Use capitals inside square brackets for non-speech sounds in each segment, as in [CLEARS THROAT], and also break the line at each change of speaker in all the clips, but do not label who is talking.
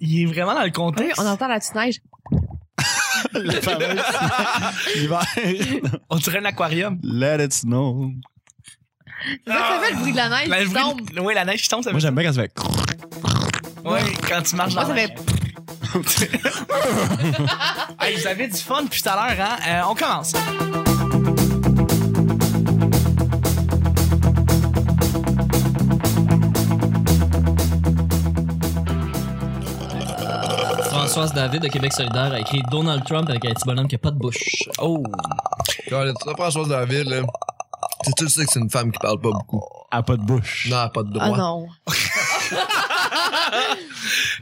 il est vraiment dans le contexte.
on entend la petite neige.
[LAUGHS] La [LAUGHS] fameuse hiver.
On dirait un aquarium.
Let it snow.
Là, ça fait le bruit de la neige,
Ah! La,
qui tombe.
oui, la neige qui tombe, ça
Moi,
fait.
j'aime bien quand ça fait.
Ouais, quand tu marches
Moi,
dans
ça
la neige. [LAUGHS]
fait.
Hey, vous avez du fun depuis tout à l'heure, hein? Euh, on commence.
Françoise David de Québec solidaire a écrit Donald Trump avec un petit bonhomme qui a pas de bouche.
Oh.
Quand tu prends la chose dans la ville, là, tu sais, tu sais que c'est une femme qui parle pas beaucoup.
À pas de bouche.
Non, elle a pas de droit.
Ah non.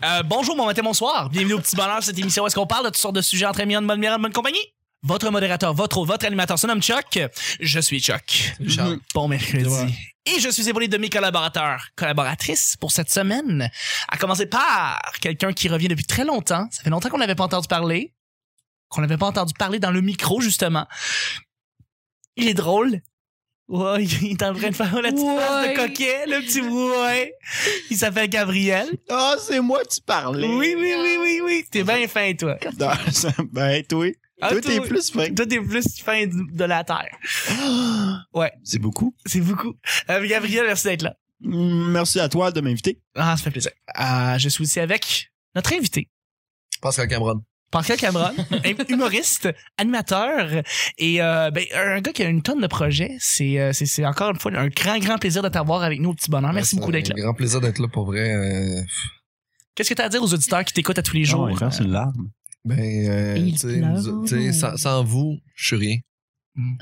Euh, bonjour, bon matin, bonsoir. Bienvenue au Petit Bonheur, cette émission où est-ce qu'on parle de toutes sortes de sujets entre amis, en bonne mère, en bonne compagnie. Votre modérateur, votre hôte, votre animateur se nomme Chuck. Je suis Chuck. Mm-hmm.
Charles.
Bon mercredi.
Ouais.
Et je suis épaulé de mes collaborateurs, collaboratrices pour cette semaine. À commencer par quelqu'un qui revient depuis très longtemps. Ça fait longtemps qu'on n'avait pas entendu parler. Qu'on n'avait pas entendu parler dans le micro, justement. Il est drôle. Ouais, il est en train de faire la petite face de
Ouais.
coquet, le petit ouais. Il s'appelle Gabriel.
Ah, c'est moi qui parlais.
Oui, oui, oui, oui, oui. T'es bien fin, toi.
Non, ça- ben, toi.
Ah,
toi,
toi,
t'es
oui.
plus fin. [GASPS]
Toi, t'es plus fin du- de la Terre. Ouais.
C'est beaucoup.
C'est beaucoup. Euh, Gabriel, merci d'être là.
Mm, Merci à toi de m'inviter.
Ah, ça fait plaisir. Euh, je suis aussi avec notre invité,
Pascal Cameron.
Pascal [LAUGHS] Cameron, un humoriste, animateur et euh, ben, un gars qui a une tonne de projets. C'est euh, c'est- c'est encore une fois un grand, grand plaisir de t'avoir avec nous au petit bonheur. Ah, Merci
Ouais,
beaucoup
Ben, c'est
d'être là.
un Grand plaisir d'être là pour vrai. euh,
Qu'est-ce que t'as à dire aux auditeurs qui t'écoutent à tous les jours?
il verse une larme.
ben, euh,
Et il
tu sais,
pleure.
nous- tu sais, sans, sans vous, je suis rien.
Mm.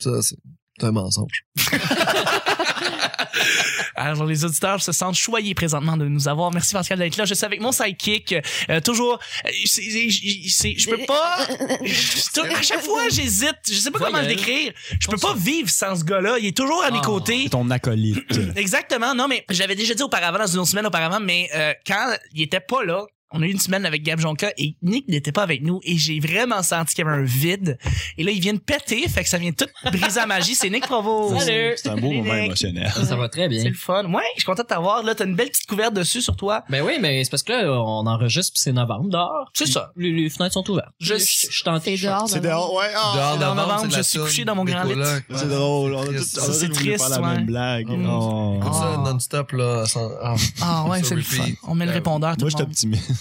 Ça, c'est c'est un mensonge.
Alors, les auditeurs se sentent choyés présentement de nous avoir. Merci Pascal d'être là. Je suis avec mon sidekick. euh, toujours, euh, c'est- c'est- c'est- c'est- je peux pas. je- À chaque fois, j'hésite. Je sais pas comment le
Voyelle.
décrire. Je peux pas vivre sans ce gars-là. Il est toujours à mes
Ah.
côtés.
C'est ton acolyte.
Exactement. Non, mais j'avais déjà dit auparavant, dans une autre semaine auparavant, mais euh, quand il était pas là, on a eu une semaine avec Gab Jonka et Nick n'était pas avec nous et j'ai vraiment senti qu'il y avait un vide. Et là, il vient de péter, fait que ça vient tout briser la magie. C'est Nick Provo.
Salut.
[COUGHS] c'est un beau moment
Clinique.
émotionnel.
Ça, ça va très
C'est
bien.
le fun. Ouais, je suis content de t'avoir. Là, t'as une belle petite couverte dessus sur toi.
Ben oui, mais c'est parce que là, on enregistre pis c'est novembre dehors.
C'est ça.
Les, les fenêtres sont ouvertes.
Je-
je, je t'en
C'est
fiche.
dehors.
C'est
maman.
dehors, ouais. ah.
Dehors
novembre,
novembre, c'est de
je
la
suis
soupe,
couché dans mon
des
grand lit.
colocs, ouais.
C'est drôle. On a tous on
Triste.
a tous
C'est
voulu faire
triste,
la
ouais.
même blague.
Mm.
Oh.
Écoute ça
Ah.
non-stop, là. Sans... ah,
Ah ouais,
Ça
c'est le fun.
repeat.
On met le
Euh,
répondeur. tout le
Moi, je suis
monde.
optimiste.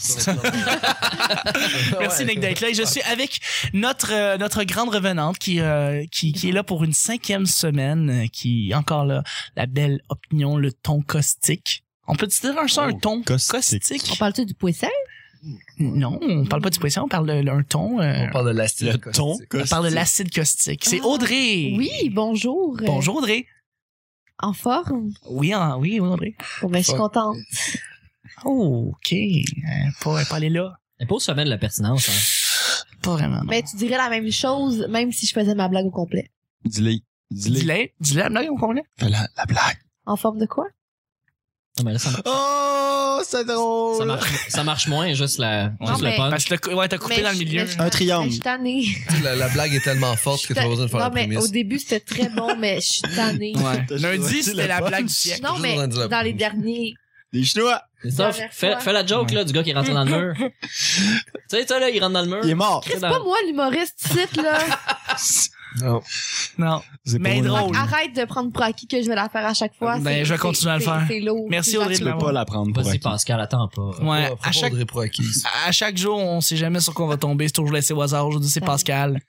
Merci [LAUGHS]
Ouais.
Nick d'être là. Et je suis avec notre euh, notre grande revenante qui euh, qui qui est là pour une cinquième semaine, euh, qui est encore là la belle opinion, le ton caustique. On peut dire un ça un
Oh,
ton
caustique.
caustique.
On parle-tu du poisson?
Non, on parle pas du poisson, on parle d'un ton. euh,
On parle de la style.
Le ton.
on parle de l'acide caustique. C'est
Ah,
Audrey.
Oui, bonjour. Euh,
Bonjour Audrey.
En forme?
Oui, en- oui, oui, Audrey.
Bon, ben, je suis
Fuck.
contente.
Oh, ok. Euh, Pas, pas aller là.
Mais pas au sommet de la pertinence. Hein.
Pas vraiment. non.
Mais Ben, tu dirais la même chose, même si je faisais ma blague au complet.
Dis-le. Dis-le.
Dis-le, dis-le, non, on comprend.
Fais la, la blague.
En forme de quoi?
Non, mais là, ça, mar-
Oh, c'est
ça
drôle.
marche, ça marche moins, juste, la,
Non,
juste
mais-
le punch.
Parce que le- ouais, t'as coupé
Mais
dans le
je-
milieu.
mais je-
Un triangle.
mais Ben, Je suis tannée.
La, la blague est tellement forte que tu as besoin de faire
non,
la
mais
prémisse.
au début, c'était très bon, mais je suis tannée.
Ouais.
[LAUGHS]
T'as
Lundi,
choisi
c'était
le
la
punch.
blague du
[LAUGHS]
siècle.
Non,
Juste
mais
dans la-
dans les derniers.
Les Chinois.
C'est ça,
Dernière
fais,
fois.
fais la joke là, du gars qui est rentré dans le mur.
[LAUGHS]
tu sais, ça, là, il rentre dans le mur.
Il est mort.
Crée
C'est
dans-
pas moi l'humoriste site, là.
[LAUGHS]
Non.
Non.
C'est
Mais
pas-
drôle.
Arrête de prendre pour acquis que je vais la faire à chaque fois.
Ben,
C'est-
je vais
c'est-
continuer à le
c'est-
faire.
C'est lourd.
Merci,
C'est
Audrey,
Tu
gentil.
peux pas la prendre pour
Vas-y,
acquis.
Pascal, attends pas.
Ouais.
Faut pas- faut
À
pas
chaque,
Audrey pour acquise.
à chaque jour, on sait jamais sur quoi on va tomber. C'est toujours laissé au hasard. Aujourd'hui, c'est
Ça
Pascal.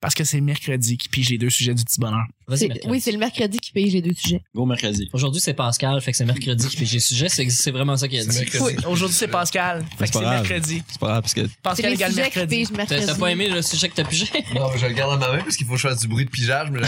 Parce que c'est mercredi qui pige les deux sujets du petit bonheur.
Vas-y,
C'est-
mercredi.
Oui, c'est le mercredi qui paye les deux sujets.
Gros mercredi.
Aujourd'hui, c'est Pascal, fait que c'est mercredi qui fait j'ai sujet, c'est c'est vraiment ça qu'il a
C'est
dit.
mercredi.
Aujourd'hui, c'est Pascal. Fait que
pas
c'est
grave.
mercredi.
C'est pas grave parce que
C'est
Pascal
les
égale
sujets qui
mercredi.
pigent
T'as
mercredi.
t'as pas aimé le sujet que t'as pigé?
Non, mais je le garde dans ma main parce qu'il faut que je fasse du bruit de pigeage, mais là,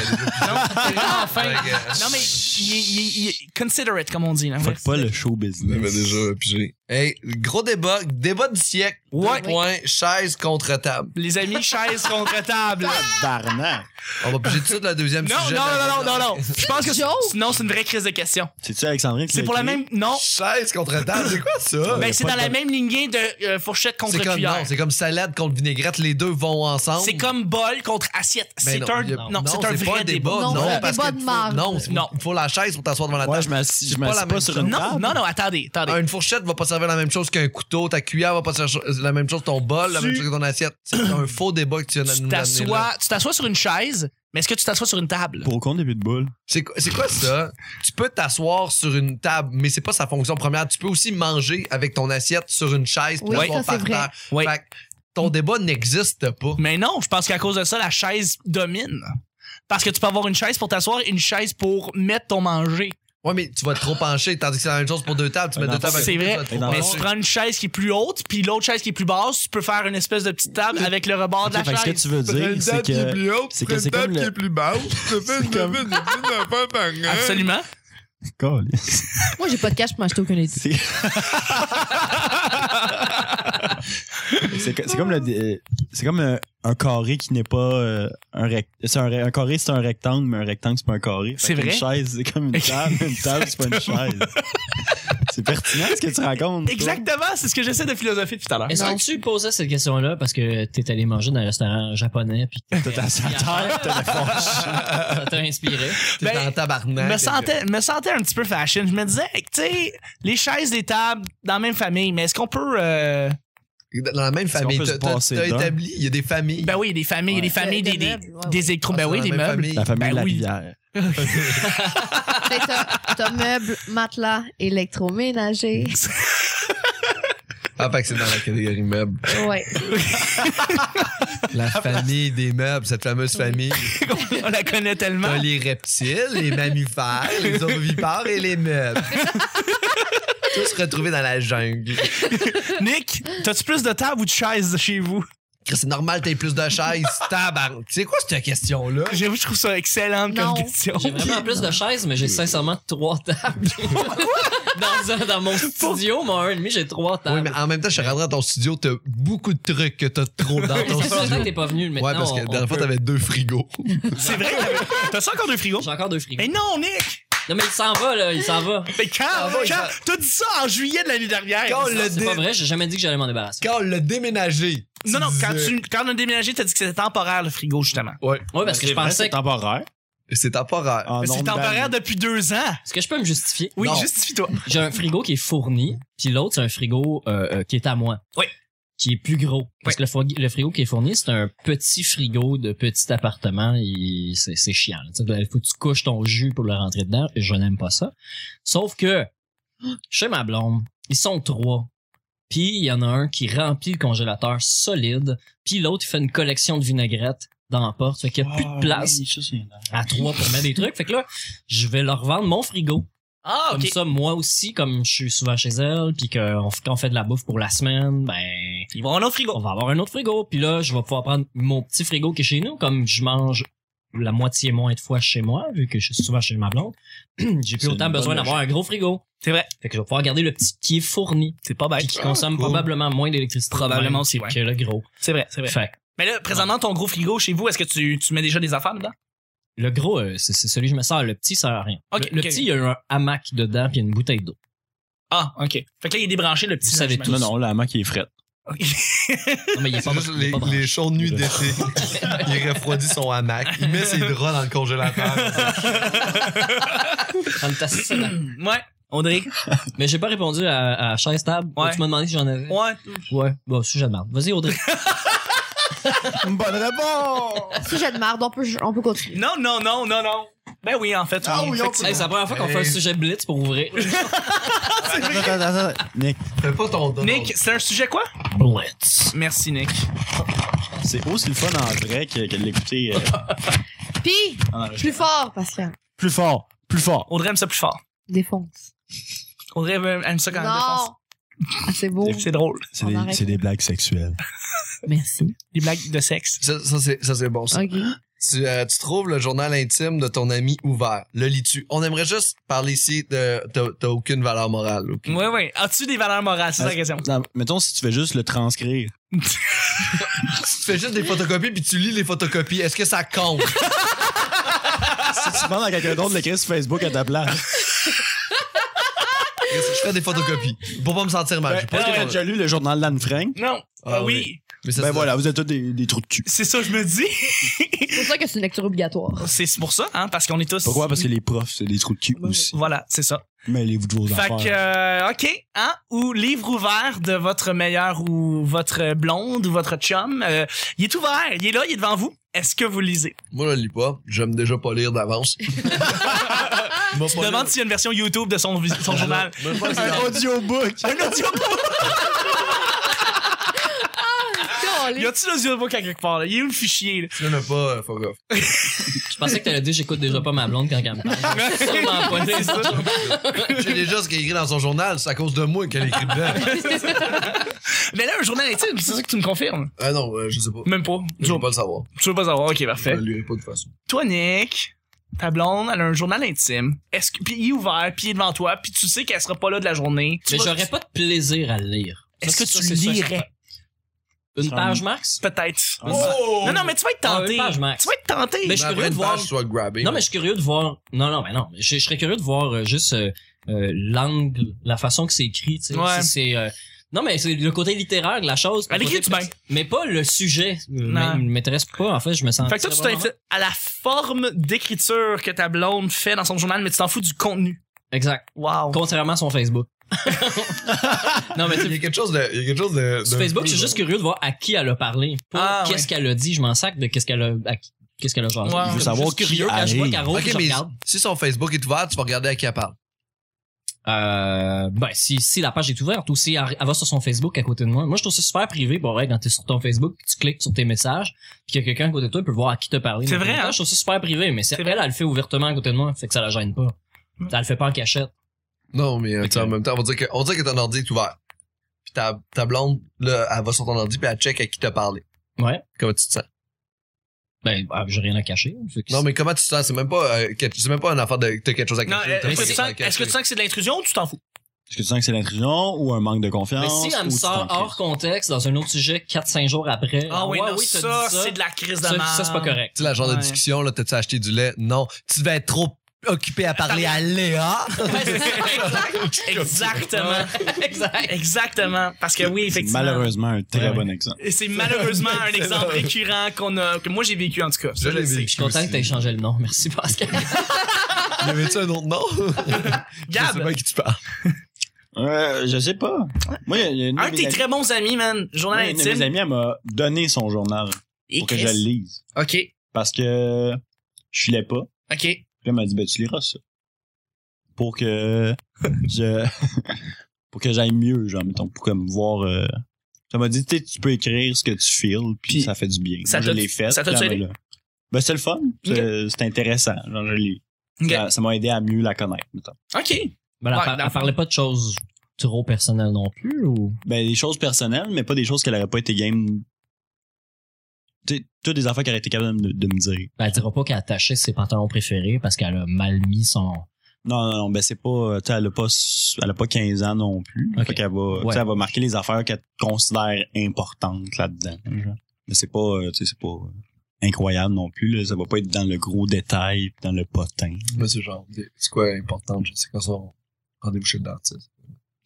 enfin.
euh,
Non, mais il, est- il est- il est considerate, comme on dit. Là.
fuck pas le show
On avait
business.
déjà pigé. Hey, gros débat, débat du siècle.
Ouais.
Deux points, chaise contre table.
Les amis, chaise contre table.
[LAUGHS] Tabarnak.
On va piger tout de suite la deuxième
Non, non, non, non, non, non. Je pense que c'est-
Joke.
sinon, c'est une vraie crise de questions.
C'est-tu Alexandrine qui
C'est
l'a
pour la
écrit?
même. Non.
[LAUGHS] Chaise contre table, c'est quoi ça?
Ben, c'est dans la même lignée de euh, fourchette contre
C'est comme, non,
cuillère.
c'est comme salade contre vinaigrette, les deux vont ensemble.
C'est comme bol contre assiette.
Ben
C'est un.
il y a-
Non, c'est un
pas
vrai débat.
Non, c'est un
parce
débat
que
de
faut-
marde.
Non, c'est-
Non.
il faut la chaise pour t'asseoir devant la
Ouais,
table.
je m'assis je
pas la
m'assis
même
pas sur
chose.
une
Non,
table.
non, non, attendez, attendez.
Ah, Une fourchette va pas servir la même chose qu'un couteau, ta cuillère va pas servir la même chose que ton bol, la
Tu-
même chose que ton assiette. C'est un faux débat que tu viens de
Tu
nous amener là.
t'assois, tu t'assois sur une chaise, mais est-ce que tu t'assois sur une table?
Pour qu'on début de boule.
C'est quoi- c'est quoi ça? Tu peux t'asseoir sur une table, mais c'est pas sa fonction première. Tu peux aussi manger avec ton assiette sur une chaise puis
Oui,
l'asseoir
ça,
par
c'est vrai.
terre.
Oui.
Fait que ton débat n'existe pas.
Mais non, je pense qu'à cause de ça, la chaise domine. Parce que tu peux avoir une chaise pour t'asseoir, une chaise pour mettre ton manger.
Ouais, mais tu vas te trop pencher, tandis que c'est la même chose pour deux tables. Tu mets
Mais
deux
dans le
tables à
fond, c'est
côté,
vrai.
tu vas te trop
Mais dans le
Mais
pencher.
tu prends une chaise qui est plus haute, puis l'autre chaise qui est plus basse, tu peux faire une espèce de petite table avec le rebord
Ok,
de
fait que
la
ce que
chaise.
tu veux dire, c'est que.
plus haute,
c'est que prends une c'est table comme qui le- est
plus basse.
une [LAUGHS] comme- table
Absolument.
Câlisse.
Moi, j'ai pas de cash pour m'acheter aucun des deux.
C'est. c'est co- c'est comme le dé- c'est comme un, un carré qui n'est pas euh, un rect- c'est un, ré- un carré c'est un rectangle mais un rectangle c'est pas un carré Fait
C'est
qu'une
vrai.
chaise c'est comme une table une table c'est pas une chaise c'est pertinent ce que tu racontes toi.
Exactement, c'est ce que j'essaie de philosopher depuis tout à l'heure.
Est-ce
Ah, Non.
que tu posais cette question-là parce que t'es allé manger dans un restaurant japonais puis
T'as ta sa terre, t'as la
[LAUGHS]
fourche.
ça t'a inspiré?
T'es
Ben,
en tabarnak.
me sentais, me sentais un petit peu fashion. Je me disais, hey, tu sais, les chaises, les tables, dans la même famille, mais est-ce qu'on peut. euh,
Dans la même
Si
famille.
on peut se
T'as- T'as
passer
t'as
d'un.
établi, il y a des familles.
Ben oui, il y a des familles, il y a des
Ouais.
familles,
Des-
des,
des
des,
meubles, ouais,
des électro.
Ah,
Ben
c'est
oui,
dans
des
la même
meubles.
[LAUGHS]
famille.
La famille
Ben
de la
oui.
rivière.
Fait que Ben, T'as t'as meuble, matelas, électroménager.
Ah, fait que c'est dans la catégorie meubles.
Ouais.
[LAUGHS]
La famille des meubles, cette
[LAUGHS]
fameuse famille.
On la connaît tellement.
T'as les reptiles, les mammifères, les ovipares et
[LAUGHS]
les meubles. Tous retrouvés dans la jungle.
Nick, t'as-tu plus de tables ou de chaises chez vous?
Chris, C'est normal, t'aies plus de chaises. Tabarnak. C'est quoi cette question-là?
J'avoue, je trouve ça excellent
Non.
comme question.
J'ai vraiment plus de chaises, mais j'ai sincèrement trois
[LAUGHS]
tables. [LAUGHS] dans, un- dans mon studio, mon un et demi, j'ai trois
Oui,
tables.
mais en même temps, je suis rentré dans ton studio, t'as beaucoup de trucs que t'as
[LAUGHS]
trop dans ton
C'est pour ça
studio.
que t'es pas venu, mais
Ouais, parce que la dernière fois, t'avais deux frigos.
C'est vrai? t'avais- T'as ça encore deux frigos?
J'ai encore deux frigos.
Mais non, Nick!
Non, mais il s'en va, là, il s'en va.
Mais quand?
Ah ouais,
quand?
ça-
T'as dit ça en juillet de l'année dernière.
Quand
Non,
le
C'est
dé-
pas vrai, j'ai jamais dit que j'allais m'en débarrasser.
Quand on l'a déménagé. tu
non, quand,
disais-
tu, quand on a déménagé, t'as dit que c'était temporaire le frigo, justement.
Ouais,
Ouais, parce que je pensais.
C'est
que-
temporaire.
c'est temporaire.
en
Mais c'est
nombre
temporaire
d'années.
depuis deux ans.
Est-ce que je peux me justifier?
Oui,
Non.
justifie-toi.
J'ai un frigo qui est fourni, puis l'autre, c'est un frigo euh, euh, qui est à moi.
Oui.
Qui est plus gros. Parce que le, fo- le frigo qui est fourni, c'est un petit frigo de petit appartement. et C'est c'est chiant. là. Tu sais, Il faut que tu couches ton jus pour le rentrer dedans. et Je n'aime pas ça. Sauf que chez ma blonde, ils sont trois. Puis il y en a un qui remplit le congélateur solide. Puis l'autre, il fait une collection de vinaigrettes dans la porte. Fait qu'il n'y a plus
Ah
de place à trois pour mettre des trucs. Fait que là, je vais leur vendre mon frigo.
Ah,
Comme ça, moi aussi, comme je suis souvent chez elle, puis qu'on qu'on fait de la bouffe pour la semaine, ben,
Ils vont en un
on
frigo.
va avoir un autre frigo. Puis là, je vais pouvoir prendre mon petit frigo qui est chez nous, comme je mange la moitié moins de fois chez moi, vu que je suis souvent chez ma blonde. [CLEARS THROAT] J'ai
C'est
plus autant
une bonne
besoin d'avoir un gros frigo.
C'est vrai.
Fait que je vais pouvoir garder le petit qui est fourni,
C'est pas
puis
bête. Ah,
qui consomme
cool.
probablement moins d'électricité.
Probablement
même
aussi, ouais.
Que le gros.
C'est vrai, c'est vrai.
Fait que
Mais là, présentement, ton gros frigo chez vous, est-ce que tu, tu mets déjà des affaires dedans?
le gros, euh, c'est c'est celui que je me sers. Le petit, ça sert à rien.
Ok,
le le
ok.
petit, il y a un hamac dedans, puis il y a une bouteille d'eau.
Ah, OK. Fait que là, il est débranché, le petit.
Vous savez
logement.
Non, non, la main qui est frette.
Ok. [LAUGHS]
Non, mais il est pas,
C'est juste
il est
les,
pas branché.
les chaudes nuits d'été. [LAUGHS] Il refroidit son hamac. Il met ses draps dans le congélateur.
Fantastique, ça, là.
ouais, Audrey.
[LAUGHS] Mais j'ai pas répondu à, à chaise table.
Ouais.
Tu m'as demandé si j'en avais.
Ouais.
Ouais. Bon, sujet de merde. Vas-y, Audrey.
[LAUGHS] Une bonne réponse!
Sujet de marde, on peut, on peut continuer.
Non, non, non, non, non. Ben oui, en fait.
Ah oui, on-
effectivement.
[LAUGHS] Hey, c'est la première fois qu'on fait un
Hey.
sujet blitz pour ouvrir.
[LAUGHS] Attends, attends, attends. Nick,
Fais pas ton don.
Nick, c'est un sujet quoi?
blitz.
Merci, Nick.
c'est aussi le fun en vrai que, que de l'écouter. euh,
Pis,
Ah
en enregistrement.
plus fort, Pascal.
[LAUGHS] plus fort! Plus fort!
Audrey aime ça plus fort.
Défonce.
Audrey aime aime ça quand elle défonce.
Non. Ah, c'est beau.
C'est drôle.
C'est
On
des,
arrête.
c'est des blagues sexuelles.
Merci.
Les blagues de sexe.
Ça, ça, c'est, ça, c'est bon. ça.
OK.
Tu, euh, tu trouves le journal intime de ton ami ouvert. Le lis-tu? On aimerait juste parler ici de t'as, t'as aucune valeur morale. ok?
Ouais, ouais. As-tu des valeurs morales? C'est ça la question.
Non, mettons si tu fais juste le
[LAUGHS]
transcrire.
Tu fais juste des photocopies puis tu lis les photocopies. Est-ce que ça compte?
tu demandes à quelqu'un d'autre de l'écrire sur Facebook à ta
[LAUGHS]
place.
Je ferai des photocopies. Pour pas me sentir mal.
Ben,
J'ai pas
Est-ce que
le
t'as
droit.
déjà lu le journal d'Anne Frank?
Non.
Ah
Ah oui.
Mais ça,
Ben
c'est-
voilà, vous êtes tous des, des trous de cul.
C'est ça, je me dis.
C'est pour ça que c'est une lecture obligatoire.
C'est pour ça, hein, parce qu'on est tous.
Pourquoi? Parce que les profs, c'est des trous de cul
Ben oui.
aussi.
Voilà, c'est ça.
Mêlez-vous de vos
Fait
affaires.
que, euh, OK, hein, ou livre ouvert de votre meilleur ou votre blonde ou votre chum. euh, il est ouvert, il est là, il est devant vous. Est-ce que vous lisez?
Moi, je le lis pas. J'aime déjà pas lire d'avance.
Tu te demandes s'il y a une version YouTube de son, vis-
Ah
son journal. [LAUGHS]
Un audiobook!
Un audiobook! Y
Calé.
a-tu l'audiobook à quelque part? Là? Il est où le fichier? là?
Je n'aime pas, euh, fuck off.
Je pensais que t'allais dire j'écoute déjà pas ma blonde quand elle me parle. [LAUGHS] Sûrement pas.
C'est ça.
[LAUGHS] J'ai déjà ce qu'il écrit dans son journal. C'est à cause de moi qu'elle écrit dedans.
[LAUGHS] Mais là, un journal intime, c'est ça que tu me confirmes?
Ah non, euh, je sais pas.
Même pas.
Je veux pas le savoir.
Tu veux pas savoir? OK,
Je
parfait.
le lirai pas de toute façon.
Toi, Nick, ta blonde, elle a un journal intime. Est-ce que, puis il est ouvert, puis il est devant toi, puis tu sais qu'elle sera pas là de la journée. Tu
Mais
vas-
j'aurais pas de plaisir à le lire. Ça,
Est-ce que
c'est-
tu
ça, c'est ça,
lirais?
c'est- Une page max?
Peut-être.
Oh!
Non, non, mais tu vas être
Ah, une
tenté.
page max.
tu vas être tenté.
Mais je suis
Après
curieux
une
de voir-
page, tu vas le grabber.
Non, mais je suis curieux de voir. Non, non, mais non. Je, je serais curieux de voir euh, juste euh, euh, l'angle, la façon que c'est écrit. tu sais.
Ouais.
Si c'est, euh, Non, mais c'est le côté littéraire de la chose.
Elle
Le côté-
écrit du bien.
Mais pas le sujet.
Non.
Non. Il m'intéresse pas. En fait, je me sens.
Fait que toi, tu t'intéresses à la forme d'écriture que ta blonde fait dans son journal, mais tu t'en fous du contenu.
Exact.
Wow.
Contrairement à son Facebook. [LAUGHS] non, mais tu
Il y a
sais,
quelque chose de. Il y a quelque chose de.
sur
de-
Facebook, je suis juste curieux de voir à qui elle a parlé. Pas
Ah,
qu'est-ce qu'elle a dit. Je m'en sac de qu'est-ce qu'elle a. à qui- Qu'est-ce qu'elle a genre.
Ouais. Il veut
savoir
juste curieux
qui
quand je vois
arrive.
Caro,
Ok,
Oh, je
mais
regarde.
si son Facebook est ouvert, tu vas regarder à qui elle parle.
Euh, ben, si, si la page est ouverte ou si elle elle va sur son Facebook à côté de moi. Moi, je trouve ça super privé. Bon, ouais, quand t'es sur ton Facebook, puis tu cliques sur tes messages, puis qu'il y a quelqu'un à côté de toi, il peut voir à qui te parler.
C'est
Mais en
vrai,
même temps,
hein?
Je trouve ça super privé, mais c'est
C'est
elle,
vrai.
elle le fait ouvertement à côté de moi, fait que ça la gêne pas.
Mm.
Elle le fait pas en cachette.
Non, mais euh,
Ok.
tu sais, en même temps, on va dire que, on va dire que ton ordi est ouvert. Puis ta, ta blonde, là, elle va sur ton ordi puis elle check à qui t'as parlé.
Ouais.
Comment tu te sens?
Ben, ah, j'ai rien à cacher. fait que
Non, mais comment tu te sens? C'est même pas, euh, que- c'est même pas une affaire de, que t'as quelque chose à
Non,
euh,
euh, est-ce
cacher. t'as
que,
pas
tu
quelque
sens-
chose à cacher.
est-ce que tu sens que c'est de l'intrusion ou tu t'en fous?
Est-ce que tu sens que c'est l'intrusion ou un manque de confiance?
Mais si elle me
ou tu
sort
t'en
hors contexte dans un autre sujet 4-5 jours après, ouais,
Ah non,
t'as
ça,
dit Ah ça,
c'est de la crise de
ça,
marde.
ça, c'est pas correct.
Tu sais, la genre
Ouais.
de discussion, là, t'as-tu acheté du lait? Non. Tu devais être trop occupé à parler à Léa.
[LAUGHS]
Exactement.
exact.
Exactement. Parce que oui,
C'est
effectivement.
malheureusement un très
Ouais.
bon exemple.
Et c'est malheureusement un exemple récurrent qu'on a, que moi j'ai vécu en tout cas.
Je
Ça,
l'ai
le sais.
vécu.
Je suis content que t'aies changé le nom. Merci, Pascal.
[LAUGHS] Y avait-tu un autre nom? Je sais
Gab,
pas à qui tu parles.
Euh, je sais pas. Moi, il y a une
un de
de mes
tes
amies-
très bons amis, man, journal
une de mes
intime.
amies, elle m'a donné son journal
Et
pour que
Chris.
je le lise.
OK,
Parce que je filais pas.
OK.
Après, elle m'a dit, ben, tu liras ça.
[LAUGHS]
Pour que je, [LAUGHS] pour que j'aille mieux, genre, mettons, pour comme voir, euh, ça m'a dit, tu sais, tu peux écrire ce que tu files, puis
Puis
ça fait du bien.
ça
Moi, je
t'a-
l'ai fait.
ça
puis
t'a-tu
elle
aidé?
m'a- Ben, c'est le fun. C'est c'est intéressant. Genre, je l'ai-
OK.
ça- Ça m'a aidé à mieux la connaître, mettons.
OK.
Ben, elle,
Ouais,
par-
dans-
elle parlait pas de choses trop personnelles non plus ou
Ben, des choses personnelles, mais pas des choses qu'elle aurait pas été game. Tu sais, toutes des affaires qu'elle aurait été capable de, de me dire.
ben, elle dira pas qu'elle attachait ses pantalons préférés parce qu'elle a mal mis son
Non, non, non, ben c'est pas. Tu sais, elle a pas, s- elle a pas 15 ans non plus.
Ok.
Fait qu'elle va, tu sais,
Ouais.
elle va marquer les affaires qu'elle considère importantes là-dedans. genre. Mais c'est pas, euh, tu sais, c'est pas euh, incroyable non plus. Là. Ça va pas être dans le gros détail, pis dans le potin.
Mais c'est genre, c'est quoi important? Je sais quand son rendez-vous chez le dentiste.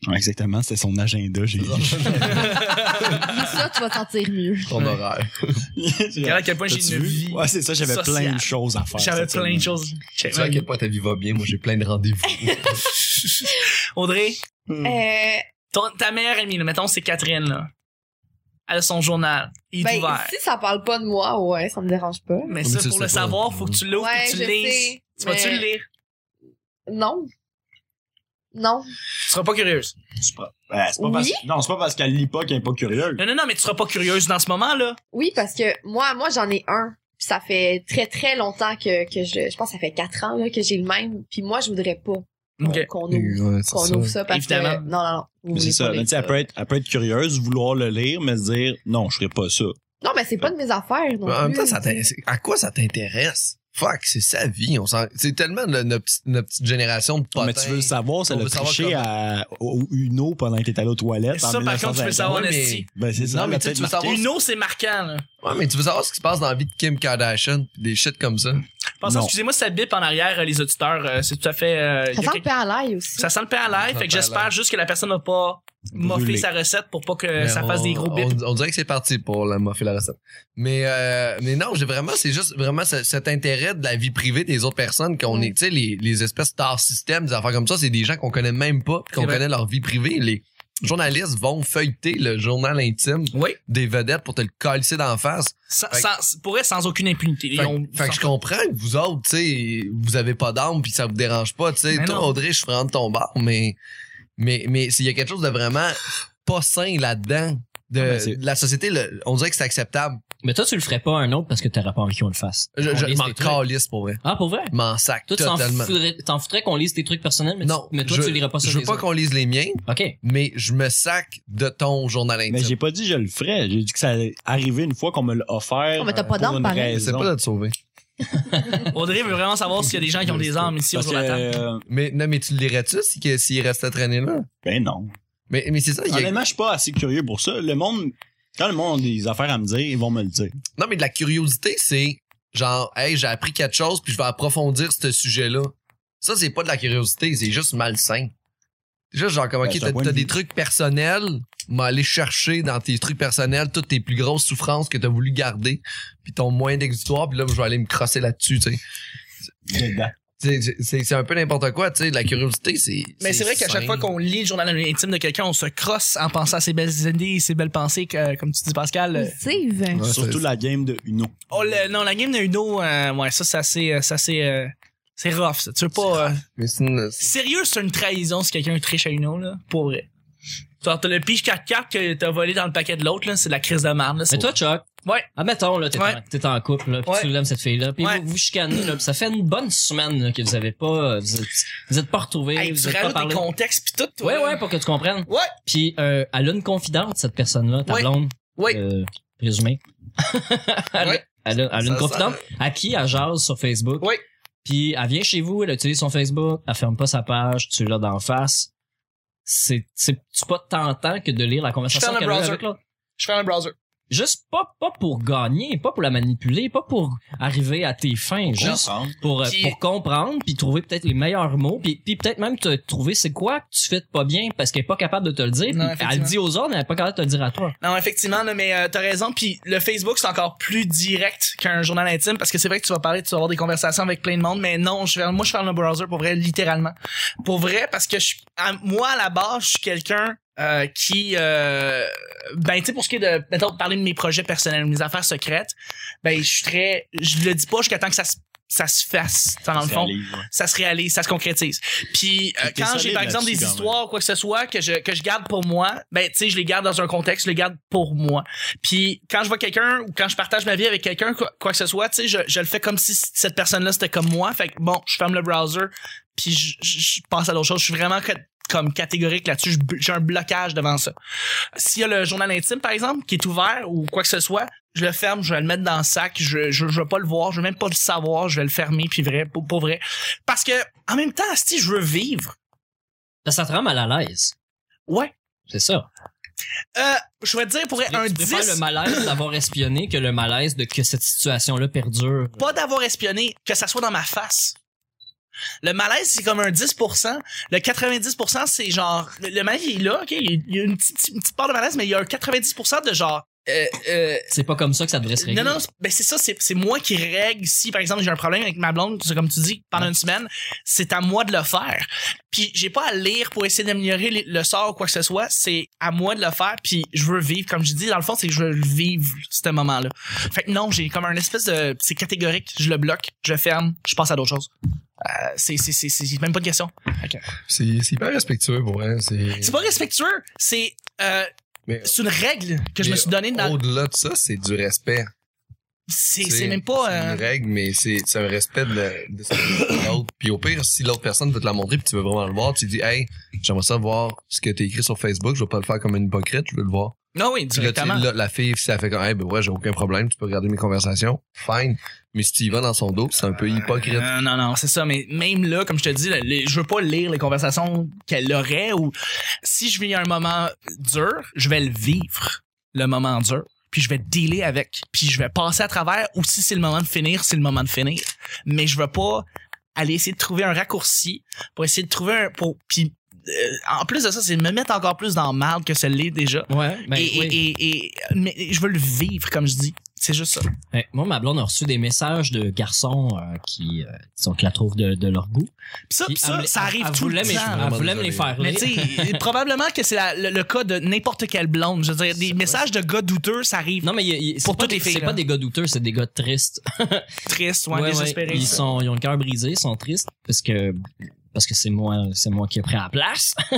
Ouais, exactement, c'était son agenda. [LAUGHS] J'ai.
Dis ça, tu vas te sentir mieux.
Ton horaire.
Regarde à quel point j'ai
T'as-tu
une
vu?
vie.
Ouais, c'est ça. J'avais plein
sociale.
de choses à faire.
J'avais
cette
plein
semaine.
de choses.
Tu vois à quel point ta vie va bien? Moi, j'ai plein de rendez-vous.
Audrey, Hmm.
Euh,
ton- ta meilleure amie, là, mettons, c'est Catherine, là. Elle a son journal. Il est
ben,
ouvert.
si ça parle pas de moi, ouais, ça me dérange pas.
Mais
Ah, mais
ça,
tu
pour
le
le
sais pas.
savoir, faut que tu l'ouvres
Ouais,
et que tu
je
le lises.
sais,
Tu vas-tu
mais-
le lire?
Non. Non.
Tu seras pas curieuse.
C'est pas, ben, c'est pas
Oui.
parce, non, c'est pas parce qu'elle lit pas qu'elle est pas curieuse.
Non, non, non, mais tu seras pas curieuse dans ce moment-là.
Oui, parce que moi, moi, j'en ai un. Puis ça fait très, très longtemps que, que je, je pense que ça fait quatre ans, là, que j'ai le même. Puis moi, je voudrais pas qu'on
Ok.
qu'on ouvre, qu'on ouvre ça parce
Évidemment.
que, non, non, non. vous
Mais
voulez
c'est ça.
pas
Mais
lire
tu sais,
euh,
elle peut être, elle peut être curieuse, vouloir le lire, mais se dire, non, je ferai pas ça.
Non, mais c'est pas de mes affaires, non
Mais en même
plus.
temps, ça t'intéresse- à quoi ça t'intéresse? Fuck, c'est sa vie. On s'en- C'est tellement le- notre, petite- notre petite génération de potins.
mais tu veux le savoir, ça
On
l'a
veut savoir
triché à, au au Uno pendant que t'étais allé aux toilettes. en
ça, par contre, tu peux
1950.
savoir,
Ouais, mais-
Nasty.
Ben, c'est ça.
Non,
elle
mais
a
tu sais,
peut-être
tu veux
marqué.
savoir-
Une eau, c'est marquant, là.
Ouais, mais tu veux savoir ce qui se passe dans la vie de Kim Kardashian pis des shit comme ça.
Je Pensez,
Non.
excusez-moi, si ça bip en arrière, euh, les auditeurs, euh, c'est tout à fait. euh, y a
Ça sent
quelque-
le pain à l'ail aussi.
ça sent le pain à l'ail,
Ça
fait que
sent le pain à
j'espère
l'ail.
juste que la personne n'a pas moffé
Brûlé.
sa recette pour pas que
Mais
ça
on-
fasse des gros bips.
On, on dirait que c'est parti pour la moffer la recette. Mais euh, mais non, j'ai vraiment c'est juste vraiment ce- cet intérêt de la vie privée des autres personnes qu'on
Mm.
est, tu sais les, les espèces star system, des affaires comme ça, c'est des gens qu'on connaît même pas, puis
C'est
qu'on
vrai.
connaît leur vie privée, les journalistes vont feuilleter le journal intime
Oui,
des vedettes pour te le calisser d'en face.
sans,
Fait-
sans- pour elle, sans aucune impunité.
Fait,
Ils ont-
fait que je comprends que vous autres, tu sais, vous avez pas d'âme puis ça vous dérange pas, tu sais.
Mais
Toi,
non.
Audrey, je ferai de ton bar, mais mais mais s'il y a quelque chose de vraiment pas sain là-dedans de,
Ah, ben, c'est-
de la société, le- on dirait que c'est acceptable.
Mais toi, tu le ferais pas à un autre parce que t'aurais pas envie qu'on le fasse.
Je,
Qu'on
je
lise
m'en
tes trucs.
calisse pour vrai.
Ah, pour vrai?
Je M'en sac
Toi, tu t'en
totalement.
foutrais, t'en foutrais qu'on lise tes trucs personnels, mais, tu-
non,
mais toi,
je,
tu lirais pas ça.
Je veux
des
pas
autres.
qu'on lise les miens,
OK.
mais je me sac de ton journal
Mais Ben, j'ai
intime.
pas dit je le ferais. J'ai dit que ça allait arriver une fois qu'on me l'a offert. euh,
Oh, mais t'as pas
pour
d'âme,
une
pareil.
Mais c'est
raison.
pas de te sauver.
Audrey veut vraiment savoir s'il y a des gens qui ont des armes ici
Parce
autour de la table.
que, euh,
Mais non, mais tu le lirais-tu si que- s'il restait traîné là?
ben non.
Mais, mais c'est ça, il y a-
Honnêtement, je suis pas assez curieux pour ça. Le monde, quand le monde a des affaires à me dire, ils vont me le dire.
Non, mais de la curiosité, c'est genre, hey, j'ai appris quelque chose, puis je vais approfondir ce sujet-là. Ça, c'est pas de la curiosité, c'est juste malsain. C'est juste genre, comme,
Ben,
ok,
c'est
t'as
un point de
t'as des
vue.
trucs personnels, mais aller chercher dans tes trucs personnels toutes tes plus grosses souffrances que t'as voulu garder, puis ton moyen d'exutoire, puis là, je vais aller me crosser là-dessus, tu sais.
Dedans.
C'est- c'est- C'est c'est un peu n'importe quoi, tu sais. de La curiosité, c'est.
euh,
Mais c'est vrai qu'à chaque
sain.
fois qu'on lit le journal intime de quelqu'un, on se crosse en pensant à ses belles idées et ses belles pensées, que, euh, comme tu dis, Pascal. euh,
Positive.
Ouais,
Surtout
c'est-
la game de Uno.
Oh, le- non, la game de Uno, euh, ouais, ça, ça c'est, ça c'est, euh, c'est rough. ça. Tu veux pas. euh,
Mais c'est une-
sérieux, c'est une trahison si quelqu'un triche à Uno, là, pour vrai. Genre, t'as le pige 4 cartes que t'as volé dans le paquet de l'autre, là, c'est de la crise de marde, là.
Mais
c'est-
toi, Chuck.
Ouais.
Admettons, là, t'es
Ouais.
en- t'es en couple, là, puis
Ouais.
tu l'aimes cette fille-là, puis
Ouais.
vous vous chicanez, là, puis ça fait une bonne semaine, là, que vous avez pas, euh, vous êtes, vous êtes pas retrouvés,
Hey,
vous
tu
êtes pas
rajoutes des
parlé.
contextes pis tout, toi.
Ouais,
là.
ouais, pour que tu comprennes.
Ouais.
Puis, euh, elle a une confidente, cette personne-là, ta
Ouais.
blonde.
Ouais.
Euh, présumée. elle,
Ouais.
elle a, elle a une
Ça,
confidente à qui elle jase sur Facebook.
Ouais.
Puis, elle vient chez vous, elle utilise son Facebook, elle ferme pas sa page, tu l'as d'en face. C'est, c'est, c'est pas tentant que de lire la conversation
ferme le
qu'elle a eu
browser.
avec l'autre.
Je ferme le browser.
Juste pas, pas pour gagner, pas pour la manipuler, pas pour arriver à tes fins, juste
Ensemble.
pour, euh,
Puis-
pour comprendre, puis trouver peut-être les meilleurs mots, puis, puis peut-être même te trouver c'est quoi que tu fais de pas bien parce qu'elle est pas capable de te le dire.
Non,
puis elle
effectivement.
le dit aux autres, mais elle est pas capable de te le dire à toi.
Non, effectivement, là, mais euh, t'as raison. Puis le Facebook, c'est encore plus direct qu'un journal intime parce que c'est vrai que tu vas parler, tu vas avoir des conversations avec plein de monde, mais non, je ferme- moi, je ferme le browser pour vrai, littéralement. Pour vrai, parce que je, suis- à- moi, à la base, je suis quelqu'un euh, qui... euh, ben, tu sais, pour ce qui est de, mettons, de parler de mes projets personnels, mes affaires secrètes, ben, je suis très... Je le dis pas jusqu'à temps que ça se ça se fasse, dans le
C'est
fond
la livre.
ça se réalise, ça se concrétise. Puis euh,
T'es
quand
solide
j'ai par exemple des
là-dessus, quand même.
histoires ou quoi que ce soit que je que je garde pour moi, ben tu sais je les garde dans un contexte, je les garde pour moi. Puis quand je vois quelqu'un ou quand je partage ma vie avec quelqu'un quoi, quoi que ce soit, tu sais je, je le fais comme si c- cette personne-là c'était comme moi. Fait que bon, je ferme le browser puis je, je, je passe à d'autres choses. Je suis vraiment ca- comme catégorique là-dessus, Je bu- j'ai un blocage devant ça. S'il y a le journal intime par exemple qui est ouvert ou quoi que ce soit, je le ferme, je vais le mettre dans le sac, je je, je veux pas le voir, je veux même pas le savoir, je vais le fermer puis vrai pour, pour vrai parce que en même temps, si je veux vivre,
Parce que Ça te rend mal à l'aise.
ouais.
C'est ça.
Euh, je vais te dire pour
Tu
un
préfères
10
le malaise d'avoir espionné que le malaise de que cette situation-là perdure.
pas d'avoir espionné, que ça soit dans ma face. Le malaise, c'est comme un 10%. Le 90%, c'est genre... Le le malaise, il est là, OK? Il y a- il y a une petite, une petite part de malaise, mais il y a un 90% de genre... Euh, euh,
C'est pas comme ça que ça devrait se régler.
non, non, c'est- ben c'est ça, c'est c'est moi qui règle. Si, par exemple, j'ai un problème avec ma blonde, c'est comme tu dis, pendant une semaine, c'est à moi de le faire. Puis j'ai pas à lire pour essayer d'améliorer le- le sort ou quoi que ce soit, c'est à moi de le faire, puis je veux vivre. Comme je dis, dans le fond, c'est que je veux le vivre, ce moment-là. Fait que non, j'ai comme un espèce de... C'est catégorique, je le bloque, je ferme, je passe à d'autres choses. Euh, c'est c'est- c'est- c'est même pas de question.
C'est c'est hyper respectueux pour vrai. C'est
C'est pas respectueux, c'est euh,
Mais-
c'est une règle que je me
mais
suis donnée dans...
Au-delà de ça, c'est du respect.
C'est c'est même pas...
c'est
euh,
une règle, mais c'est c'est un respect de, de ce que l'autre. Puis au pire, si l'autre personne veut te la montrer puis tu veux vraiment le voir, tu dis Hey, j'aimerais ça voir ce que t'as écrit sur Facebook, je vais pas le faire comme une hypocrite, je veux le voir.
Non, oui,
Puis là, tu-
directement.
là, la fille, si elle fait comme Hey, ben ouais, j'ai aucun problème, tu peux regarder mes conversations, fine. Mais si tu y vas dans son dos, c'est un peu hypocrite.
Euh, non, non, c'est ça. Mais même là, comme je te dis, là, les- je veux pas lire les conversations qu'elle aurait ou si je vis un moment dur, je vais le vivre, le moment dur. puis je vais dealer avec, puis je vais passer à travers, ou si c'est le moment de finir, c'est le moment de finir. Mais je veux pas aller essayer de trouver un raccourci pour essayer de trouver un... Pour, puis, euh, en plus de ça, c'est de me mettre encore plus dans le marde que ce l'est déjà.
Ouais, ben,
et, et-
oui.
et- et- mais je veux le vivre, comme je dis. C'est juste ça.
Ben, moi, ma blonde a reçu des messages de garçons euh, qui, euh, disons, qui la trouvent de, de leur goût.
Puis ça,
Puis
puis ça,
elle-
ça
elle-
arrive
elle
tout
voulait,
le
mais je-
temps.
Elle
Vraiment
voulait me les
désolé.
faire
Mais
lire.
tu
[LAUGHS]
sais, probablement que c'est la- le, le cas de n'importe quelle blonde. Je veux dire, des
C'est
messages de gars douteux, ça arrive
Non, mais il y a- il y a- c'est
Pour
pas
toutes les
des-
filles,
C'est
là.
pas des gars douteux, c'est des gars tristes.
triste, ouais,
Ouais, ouais.
désespéré.
Ils sont, ils ont le cœur brisé, ils sont tristes parce que parce que c'est moi, c'est moi qui ai pris la place. [LAUGHS]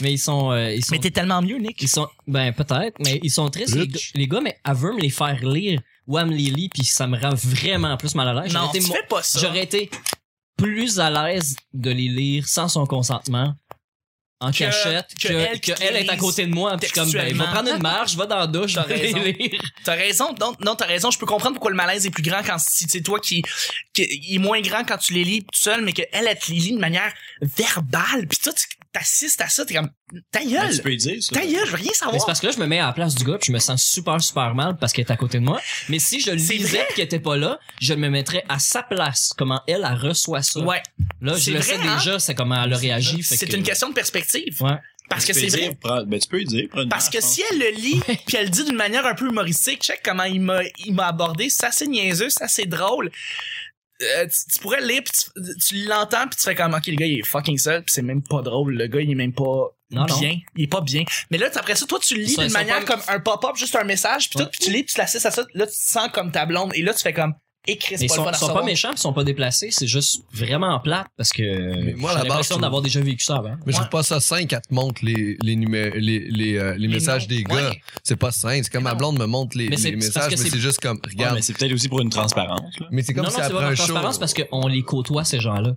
mais ils sont, euh, ils sont,
Mais t'es tellement mieux, Nick.
ils sont, ben peut-être, mais ils sont tristes les,
Bitch.
gars- les gars. Mais elle veut me les faire lire ou elle me les lit, puis ça me rend vraiment plus mal à l'aise.
Non,
J'aurais
tu
été mo-
fais pas ça.
J'aurais été plus à l'aise de les lire sans son consentement en
Que-
cachette
que
que,
elle qui
que elle est à
lise
côté de moi puis je suis comme ben, va
textuellement.
prendre une marche va dans la douche
T'as
je vais
raison.
les lire
T'as raison. Non, non t'as raison. Je peux comprendre pourquoi le malaise est plus grand quand si c'est toi qui, qui il est moins grand quand tu les lis tout seul, mais qu'elle, elle te les lit de manière verbale. Puis toi, tu t'assistes à ça, t'es comme ta
Ben, tu
gueule,
peux y dire, ça.
ta gueule, je veux rien
Mais c'est
savoir.
parce que là, je me mets à la place du gars, puis je me sens super, super mal parce qu'elle est à côté de moi. Mais si je le
C'est
lisais puis qu'elle était pas là, je me mettrais à sa place, comment elle, elle reçoit ça.
Ouais,
Là, je
C'est
le
vrai,
sais
hein?
déjà, c'est comment elle a réagi. fait
c'est
que-
une question de perspective.
Ouais.
Parce
Tu
que
peux
c'est
y
vrai.
dire, prends- ben, tu peux y dire, prends une
Parce que
marche,
si elle le lit, puis elle le dit d'une manière un peu humoristique, check comment il m'a, il m'a abordé, ça c'est niaiseux, ça c'est drôle. Euh, tu, tu pourrais le lire, puis tu, tu l'entends, puis tu fais comme, ok, le gars il est fucking seul, puis c'est même pas drôle, le gars il est même pas
Non, non.
bien, il est pas bien. Mais là, après ça, toi tu le lis
Ça-
d'une
ça
manière
parle-
comme un pop-up, juste un message, puis
Ouais.
tout, puis tu lis, puis tu l'assistes à ça, là tu te sens comme ta blonde, et là tu fais comme, écris,
Mais
c'est
ils
pas le
sont,
fun à
sont pas
recevoir.
méchants, ils sont pas déplacés, c'est juste vraiment plate parce que
moi, à
j'ai
la base,
l'impression
je-
d'avoir déjà vécu ça avant.
Mais je
Ouais.
trouve pas ça sain qu'elle te montre les, les, numé- les, les, euh, les messages
noms.
des gars.
Ouais.
C'est pas sain. C'est comme
Mais
ma
non.
blonde me montre les,
Mais c'est-
les
c'est parce
messages,
que
mais
c'est-
c'est juste comme,
hein. Ouais,
regarde.
mais c'est peut-être aussi pour une transparence, là.
mais c'est comme
non,
si
non, c'est
après
vraiment
un
en
show. Ah.
transparence parce qu'on les côtoie, ces gens-là.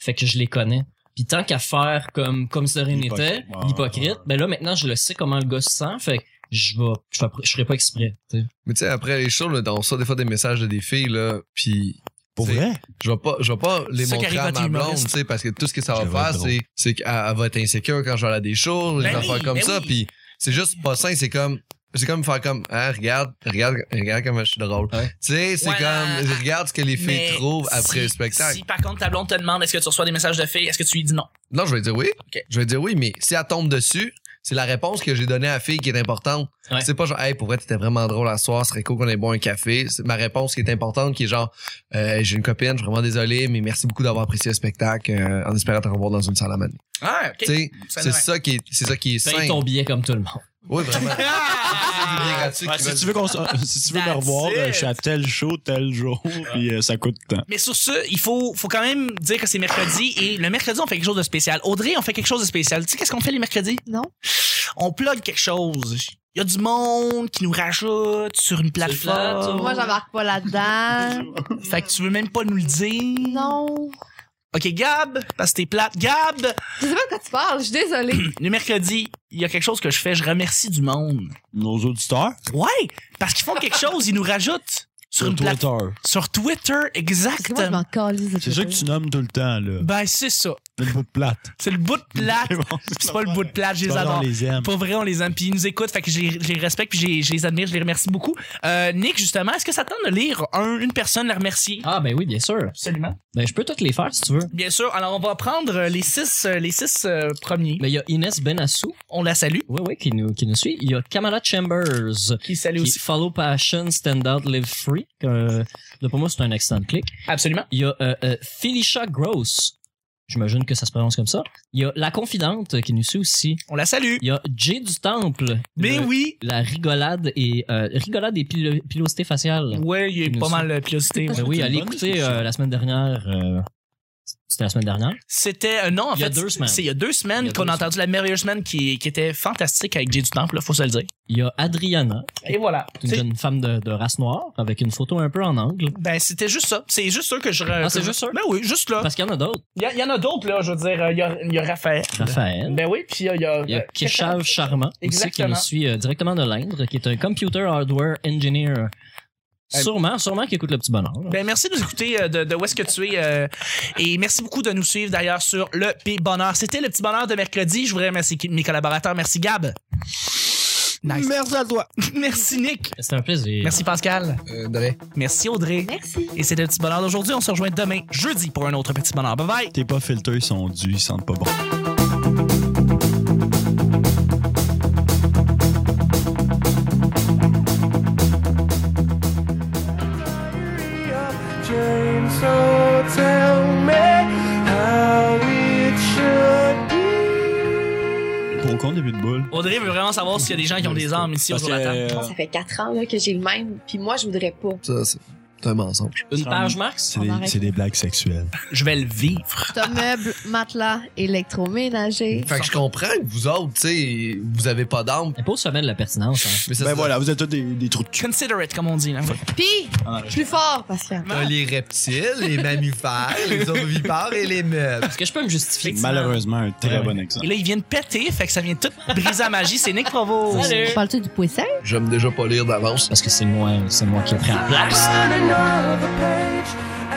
Fait que je les connais. Puis tant qu'à faire comme, comme si de rien n'était,
L'hypocrite. Ouais,
l'hypocrite,
ouais.
ben là, maintenant, je le sais comment le gars se sent, fait que je vais, je, ferai- je ferai pas exprès, tu sais.
Mais tu sais, après les shows, là, on reçoit des fois des messages de des filles, là, puis
Pour
C'est-
vrai?
je vais pas, je vais pas les
C'est ça qui arrive
montrer à
quand
ma
t'es
blonde,
humoriste.
tu sais, parce que tout ce que ça
Ça va
va
être
faire,
drôle.
c'est, c'est qu'elle elle va être insécure quand je vais aller à des shows, les
Ben
affaires
oui,
comme
ben
ça,
oui.
puis c'est juste pas sain, c'est comme, c'est comme faire comme, ah, regarde, regarde, regarde comment je suis drôle.
Ouais.
Tu sais, c'est
Ouais,
comme,
euh,
regarde ce que les filles
Mais
trouvent après
si-
le spectacle.
Si par contre ta blonde te demande est-ce que tu reçois des messages de filles, est-ce que tu lui dis non?
Non, je vais dire oui.
Ok.
Je vais dire oui, mais si elle tombe dessus, c'est la réponse que j'ai donnée à la fille qui est importante.
Ouais.
C'est pas genre, hey, pour vrai, t'étais vraiment drôle à soir, ce serait cool qu'on ait boire un café. C'est ma réponse qui est importante, qui est genre, Euh, j'ai une copine, je suis vraiment désolé, mais merci beaucoup d'avoir apprécié le spectacle, euh, en espérant te revoir dans une salle à manier.
Ah, ok.
Tu sais, c'est ça qui est, c'est ça qui est
Paye
sain.
ton billet comme tout le monde.
Oui,
[LAUGHS]
vraiment. C'est
Ah!
bien
[LAUGHS]
gratuit
Ouais,
qui
si
veulent-
tu veux, qu'on se- si tu veux me
That's
revoir,
it.
euh, je suis à tel show, tel jour, puis euh, ça coûte tant.
Mais sur ce, il faut, faut quand même dire que c'est mercredi et le mercredi, on fait quelque chose de spécial. Audrey, on fait quelque chose de spécial. Tu sais qu'est-ce qu'on fait les mercredis?
Non.
On plug quelque chose. Il y a du monde qui nous rajoute sur une
le plateau.
plateforme.
Moi, j'embarque pas là-dedans.
Fait que tu veux même pas nous le dire.
non.
OK, Gab, parce que t'es plate. Gab,
Je sais pas de quoi tu parles, je suis désolée.
le mercredi, il y a quelque chose que je fais. Je remercie du monde.
Nos auditeurs?
Ouais, parce qu'ils font quelque chose, ils nous rajoutent sur
Sur
une plateforme.
Twitter.
Sur Twitter,
Parce que moi, je
exactement.
m'en calise. de
C'est
tout
ça
ça.
que tu nommes tout le temps, là.
Ben, c'est ça.
Le bout de [LAUGHS] plate.
C'est le bout de plate. C'est pas le bout de plate, je les adore.
On les aime.
Pour vrai, on les aime, puis ils nous écoutent, fait que je les, je les respecte, puis je les, je les admire, je les remercie beaucoup. Euh, Nick, justement, est-ce que ça tente de lire un- une personne, la remercier?
Ah, ben oui, bien sûr.
Absolument.
Ben, je peux toutes les faire si tu veux.
Bien sûr. Alors, on va prendre euh, les six, euh, les six euh, premiers.
Ben, il y a Inès Benassou,
On la salue.
oui, oui, qui nous, qui nous suit. Il y a Kamala Chambers,
Qui salue
qui
aussi.
Follow Passion, Stand Out, Live Free. que, là, pour moi, c'est un excellent clic.
Absolument.
Il y a euh, euh, Felicia Gross. J'imagine que ça se prononce comme ça. Il y a La Confidente euh, qui nous suit aussi.
On la salue.
Il y a Jay du Temple.
Mais
Le-
oui.
La rigolade et euh, rigolade et pilo- pilosité faciale.
Ouais, il est
Nous
pas
suit.
mal euh, pilosité.
Ben oui,
C'est une
allez
bonne
écouter
discussion.
euh, la semaine dernière. euh, C'était la semaine dernière.
C'était euh, non en
Il y a
fait
deux semaines.
c'est il y a deux
Il y
semaines
a
qu'on
deux
a entendu la merveilleuse semaine qui, qui était fantastique avec Jay du Temple, là, faut se le dire.
Il y a Adriana,
Et voilà.
une
C'est-
jeune femme de, de race noire avec une photo un peu en angle.
Ben c'était juste ça, c'est juste ça que je
Ah, c'est juste ça?
Ben oui, juste là.
Parce qu'il y en a d'autres.
Il y, a- il y en a d'autres là, je veux dire, euh, il y a, il y a Raphaël.
Raphaël.
Ben oui, puis il y a, il y a,
Il y a
euh, [LAUGHS]
Keshav Sharma aussi qui
Exactement.
nous suit euh, directement de l'Indre, qui est un computer hardware engineer.
Euh,
Sûrement, sûrement qui écoute le petit bonheur. là.
Ben, merci de nous écouter euh, de, de où est-ce que tu es. euh, et merci beaucoup de nous suivre d'ailleurs sur le P Bonheur. C'était le petit bonheur de mercredi. Je voudrais remercier qui- mes collaborateurs. Merci Gab. Nice.
Merci à toi.
Merci Nick.
C'était un plaisir.
Merci Pascal.
Euh, de rien.
Merci Audrey.
Merci.
Et c'était le petit bonheur d'aujourd'hui. On se rejoint demain, jeudi, pour un autre petit bonheur. Bye bye.
T'es pas filtré, ils sont dus, ils sentent pas bon.
Jane, so tell me how it should be.
Pour qu'on début de boule.
Audrey veut vraiment savoir s'il y a des gens qui ont des armes ici
Parce
autour de la
que,
table.
Ça fait quatre ans là, que j'ai le même, puis moi, je voudrais pas.
Ça, c'est c'est un mensonge.
Une page, Max?
C'est
On
des,
arrête.
c'est des blagues sexuelles.
Je vais le vivre.
T'as meubles, matelas, électroménager.
Fait que je comprends que vous autres, tu sais, vous avez pas d'armes.
Elle pose semaine de la pertinence. Hein.
Mais ça,
ben
c'est-
voilà, vous êtes tous des, des trous de cul.
Consider it, comme on dit. là.
Pis,
Ah,
plus fort, Pascal.
T'as les reptiles, les mammifères, les ovipares et les meubles.
Est-ce que je peux me justifier?
Malheureusement, un très
Ouais.
bon exemple.
Et là, ils viennent péter, fait que ça vient tout briser la magie. C'est Nick Provo.
Salut!
Parles-tu du poisson?
J'aime déjà pas lire d'avance.
Parce que c'est moi, c'est moi qui ai pris la place.
Turn another page